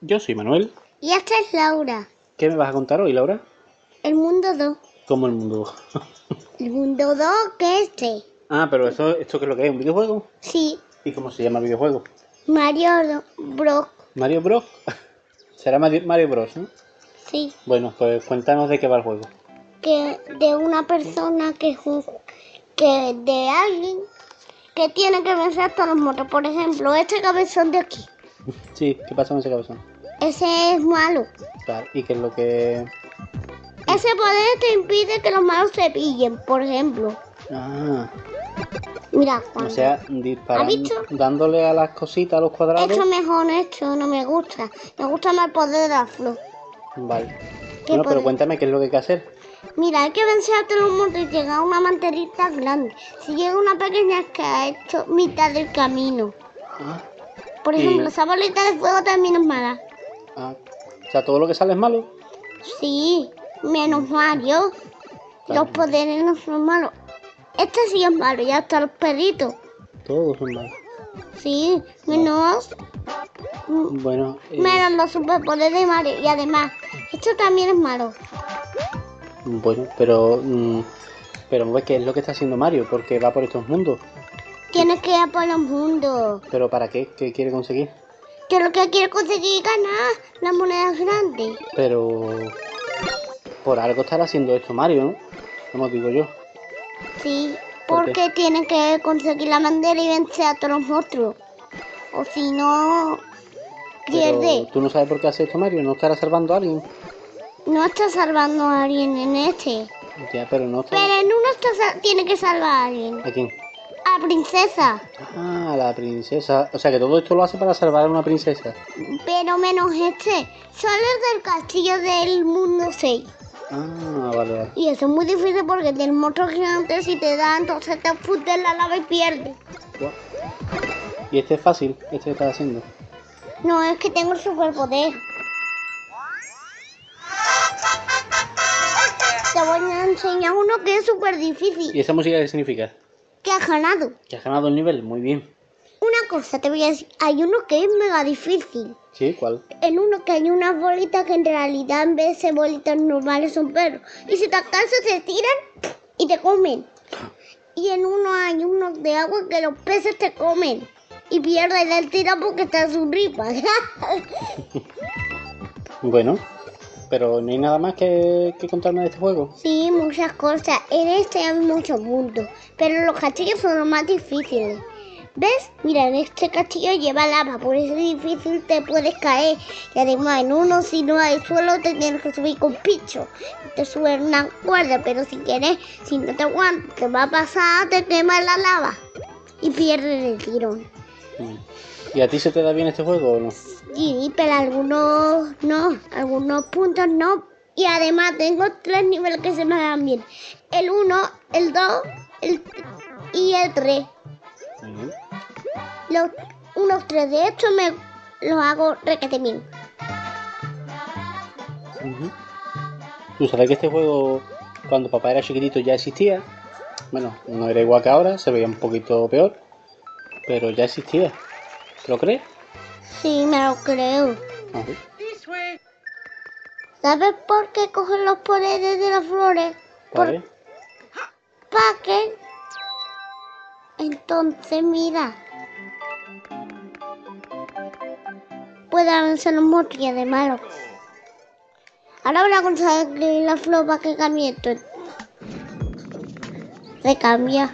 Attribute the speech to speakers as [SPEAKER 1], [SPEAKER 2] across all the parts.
[SPEAKER 1] Yo soy Manuel.
[SPEAKER 2] Y esta es Laura.
[SPEAKER 1] ¿Qué me vas a contar hoy, Laura?
[SPEAKER 2] El mundo 2.
[SPEAKER 1] ¿Cómo el mundo?
[SPEAKER 2] El mundo 2 que es este.
[SPEAKER 1] ah, pero eso, ¿esto qué es lo que es? ¿Un videojuego?
[SPEAKER 2] Sí.
[SPEAKER 1] ¿Y cómo se llama el videojuego?
[SPEAKER 2] Mario Bros.
[SPEAKER 1] ¿Mario Bros? Será Mari- Mario Bros, ¿no?
[SPEAKER 2] Sí.
[SPEAKER 1] Bueno, pues cuéntanos de qué va el juego.
[SPEAKER 2] Que de una persona que ju- que de alguien que tiene que vencer a todos los motos. Por ejemplo, este cabezón de aquí.
[SPEAKER 1] Sí, ¿qué pasa con ese cabezón?
[SPEAKER 2] Ese es malo.
[SPEAKER 1] Claro, ¿y qué es lo que...?
[SPEAKER 2] Ese poder te impide que los malos se pillen, por ejemplo.
[SPEAKER 1] Ah,
[SPEAKER 2] Mira,
[SPEAKER 1] o
[SPEAKER 2] cuando
[SPEAKER 1] sea, disparando,
[SPEAKER 2] ¿Has visto?
[SPEAKER 1] dándole a las cositas, a los cuadrados.
[SPEAKER 2] Esto mejor, esto no me gusta. Me gusta más el poder de la flor.
[SPEAKER 1] Vale.
[SPEAKER 2] ¿Qué
[SPEAKER 1] Bueno, pero
[SPEAKER 2] podemos-
[SPEAKER 1] cuéntame qué es lo que hay que hacer.
[SPEAKER 2] Mira, hay que vencer a todos los monstruos y llegar a una manterita grande. Si llega una pequeña es que ha hecho mitad del camino.
[SPEAKER 1] Ah,
[SPEAKER 2] Por
[SPEAKER 1] Y-
[SPEAKER 2] ejemplo, esa bolita de fuego también es mala.
[SPEAKER 1] ah, O sea, todo lo que sale es malo.
[SPEAKER 2] Sí, menos Mario. Los
[SPEAKER 1] Claro.
[SPEAKER 2] poderes no son malos. Este sí es malo, ya hasta los perritos.
[SPEAKER 1] Todos son malos.
[SPEAKER 2] Sí, menos,
[SPEAKER 1] Bueno, eh,
[SPEAKER 2] menos los superpoderes de Mario. Y además, esto también es malo.
[SPEAKER 1] bueno, pero... mm, pero ves qué es lo que está haciendo Mario, porque va por estos mundos.
[SPEAKER 2] Tienes que ir por los mundos.
[SPEAKER 1] ¿Pero para qué? ¿Qué quiere conseguir?
[SPEAKER 2] Que lo que quiero conseguir es ganar las monedas grandes.
[SPEAKER 1] Pero... Por algo estará haciendo esto Mario, ¿no? Como digo yo.
[SPEAKER 2] Sí,
[SPEAKER 1] ¿Por qué?
[SPEAKER 2] porque tiene que conseguir la bandera y vencer a todos los monstruos. O si no,
[SPEAKER 1] Pero
[SPEAKER 2] pierde.
[SPEAKER 1] tú no sabes por qué hace esto Mario, no estará salvando a alguien.
[SPEAKER 2] No está salvando a alguien en este.
[SPEAKER 1] Ya, pero no está...
[SPEAKER 2] Pero en uno está sa- tiene que salvar a alguien.
[SPEAKER 1] ¿A quién?
[SPEAKER 2] A princesa.
[SPEAKER 1] Ah, la princesa. O sea que todo esto lo hace para salvar a una princesa.
[SPEAKER 2] Pero menos este. Solo es del castillo del mundo 6.
[SPEAKER 1] Ah, vale, vale.
[SPEAKER 2] Y eso es muy difícil porque del monstruo gigante si te da, entonces te fute en la lava y pierdes.
[SPEAKER 1] Guau. Y este es fácil, este que estás haciendo.
[SPEAKER 2] No, es que tengo el superpoder. Te voy a enseñar uno que es súper
[SPEAKER 1] ¿Y
[SPEAKER 2] difícil,
[SPEAKER 1] esa música qué significa?
[SPEAKER 2] que has ganado.
[SPEAKER 1] Que has ganado el nivel, muy bien.
[SPEAKER 2] Una cosa te voy a decir, hay uno que es mega difícil.
[SPEAKER 1] ¿Sí? ¿Cuál?
[SPEAKER 2] En uno que hay unas bolitas que en realidad en vez de ser bolitas normales son perros. Y si te alcanzas te tiran y te comen. Y en uno hay uno de agua que los peces te comen. Y pierdes el tira porque estás un ripa.
[SPEAKER 1] Bueno, pero no hay nada más que, que contarme de este juego.
[SPEAKER 2] Sí, muchas cosas. En este hay muchos mundos, pero los castillos son los más difíciles. ¿Ves? Mira, en este castillo lleva lava, por eso es difícil, te puedes caer. Y además, en uno, si no hay suelo, te tienes que subir con picho. Te suben una cuerda, pero si quieres, si no te aguantas, te va a pasar, te quema la lava. Y pierdes el tirón.
[SPEAKER 1] Mm. ¿Y a ti se te da bien este juego o no?
[SPEAKER 2] Sí, pero algunos no, algunos puntos no. Y además tengo tres niveles que se me dan bien. El 1, el 2 el, y el 3.
[SPEAKER 1] Muy bien.
[SPEAKER 2] Los unos tres de estos me los hago requete bien.
[SPEAKER 1] Ujú. Tú sabes que este juego, cuando papá era chiquitito, ya existía. Bueno, no era igual que ahora, se veía un poquito peor, pero ya existía. ¿Te lo crees?
[SPEAKER 2] Sí, me lo creo.
[SPEAKER 1] Ajá.
[SPEAKER 2] ¿Sabes por qué cogen los poderes de las flores?
[SPEAKER 1] ¿Cuál
[SPEAKER 2] Por-
[SPEAKER 1] es?
[SPEAKER 2] ¿Para qué? Entonces, mira. Puede avanzar los monstruos y además los- Ahora voy a conseguir la flor para que cambie esto. Se cambia.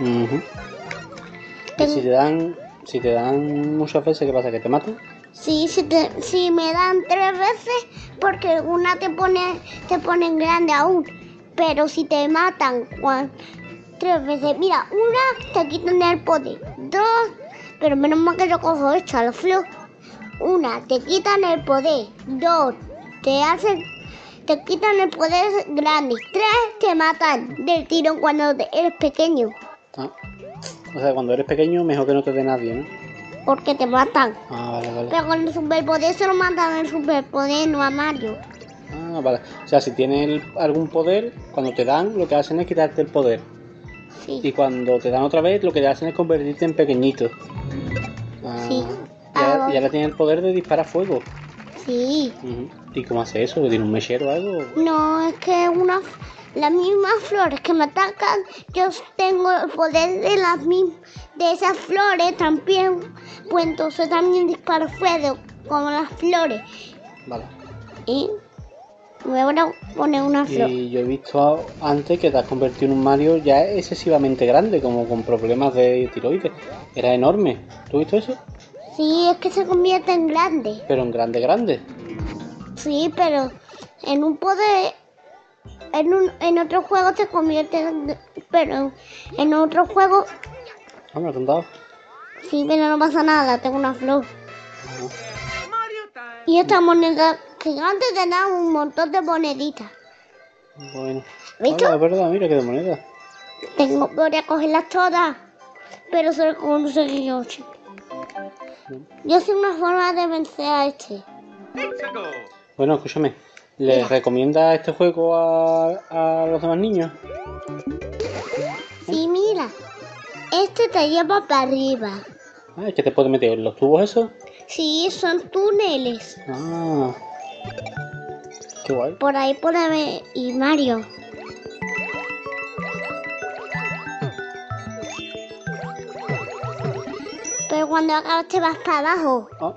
[SPEAKER 1] Ujú. Y si te dan, si te dan muchas veces, ¿qué pasa? ¿Que te matan?
[SPEAKER 2] Sí, si, te- si me dan tres veces, porque una te pone te ponen grande aún. Pero si te matan cuan- tres veces, mira, una te quitan el poder, dos, pero menos mal que yo cojo esta, la flor. Una, te quitan el poder, dos, te hacen, te quitan el poder grande, tres, te matan del tirón cuando te- eres pequeño,
[SPEAKER 1] Ah. O sea, cuando eres pequeño, mejor que no te dé nadie, ¿no?
[SPEAKER 2] porque te matan.
[SPEAKER 1] Ah, vale, vale.
[SPEAKER 2] Pero con el superpoder solo matan al superpoder, no a Mario.
[SPEAKER 1] Ah, vale. O sea, si tienes el- algún poder, cuando te dan, lo que hacen es quitarte el poder.
[SPEAKER 2] Sí.
[SPEAKER 1] Y cuando te dan otra vez, lo que hacen es convertirte en pequeñito. Ah,
[SPEAKER 2] Sí.
[SPEAKER 1] Y ahora,
[SPEAKER 2] hago-
[SPEAKER 1] y ahora tiene el poder de disparar fuego.
[SPEAKER 2] Sí.
[SPEAKER 1] Ujú. ¿Y cómo hace eso? ¿Tiene un mechero o algo?
[SPEAKER 2] No, es que una, las mismas flores que me atacan, yo tengo el poder de las mis- de esas flores también. Pues entonces también disparo fuego como las flores.
[SPEAKER 1] Vale.
[SPEAKER 2] Y me voy a poner una flor.
[SPEAKER 1] Y yo he visto a- antes que te has convertido en un Mario ya excesivamente grande, como con problemas de tiroides. Era enorme. ¿Tú has visto eso?
[SPEAKER 2] Sí, es que se convierte en grande.
[SPEAKER 1] Pero en grande, grande.
[SPEAKER 2] Sí, pero en un poder, en, un, en otro juego se convierte, en- pero en otro juego
[SPEAKER 1] Ah, me lo has contado.
[SPEAKER 2] Sí, pero no pasa nada, tengo una flor. Y esta moneda gigante tendrá un montón de moneditas.
[SPEAKER 1] Bueno.
[SPEAKER 2] ¿Visto?
[SPEAKER 1] Ah, es verdad, mira qué de moneda.
[SPEAKER 2] Tengo voy a cogerlas todas, pero solo con un yo. Yo sé una forma de vencer a este.
[SPEAKER 1] Bueno, escúchame. ¿Les
[SPEAKER 2] Mira.
[SPEAKER 1] recomienda este juego a, a los demás niños?
[SPEAKER 2] Sí, mira, este te lleva para arriba.
[SPEAKER 1] Ah, es que te puedes meter en los tubos eso.
[SPEAKER 2] Sí, son túneles.
[SPEAKER 1] Ah. Qué guay.
[SPEAKER 2] Por ahí puede ver y Mario. Pero cuando acabas te vas para abajo.
[SPEAKER 1] Ah,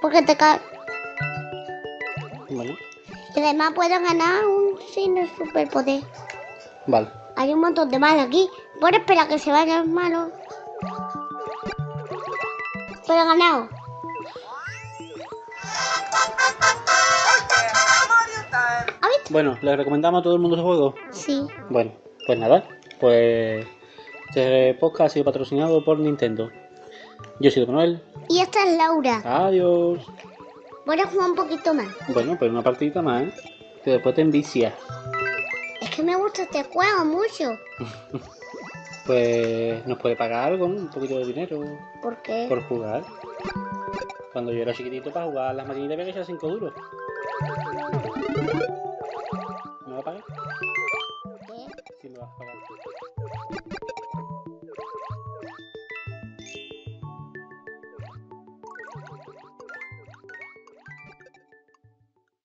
[SPEAKER 2] Porque te ca-
[SPEAKER 1] bueno.
[SPEAKER 2] Y además puedo ganar un signo superpoder.
[SPEAKER 1] Vale.
[SPEAKER 2] Hay un montón de malos aquí. Bueno, espera que se vayan los malos. Pero he ganado. ¿Has visto?
[SPEAKER 1] Bueno, ¿les recomendamos a todo el mundo este juego?
[SPEAKER 2] Sí.
[SPEAKER 1] Bueno, pues nada, pues este podcast ha sido patrocinado por Nintendo. Yo soy Manuel,
[SPEAKER 2] Y esta es Laura.
[SPEAKER 1] adiós.
[SPEAKER 2] Voy a jugar un poquito más.
[SPEAKER 1] Bueno, pues una partidita más, ¿eh? Que después te envicia.
[SPEAKER 2] Es que me gusta este juego mucho.
[SPEAKER 1] Pues nos puede pagar algo, ¿no? Un poquito de dinero
[SPEAKER 2] Porque
[SPEAKER 1] por jugar. Cuando yo era chiquitito para jugar a las maquinitas había que echar 5 duros. ¿Me va a pagar? Sí, me vas a pagar.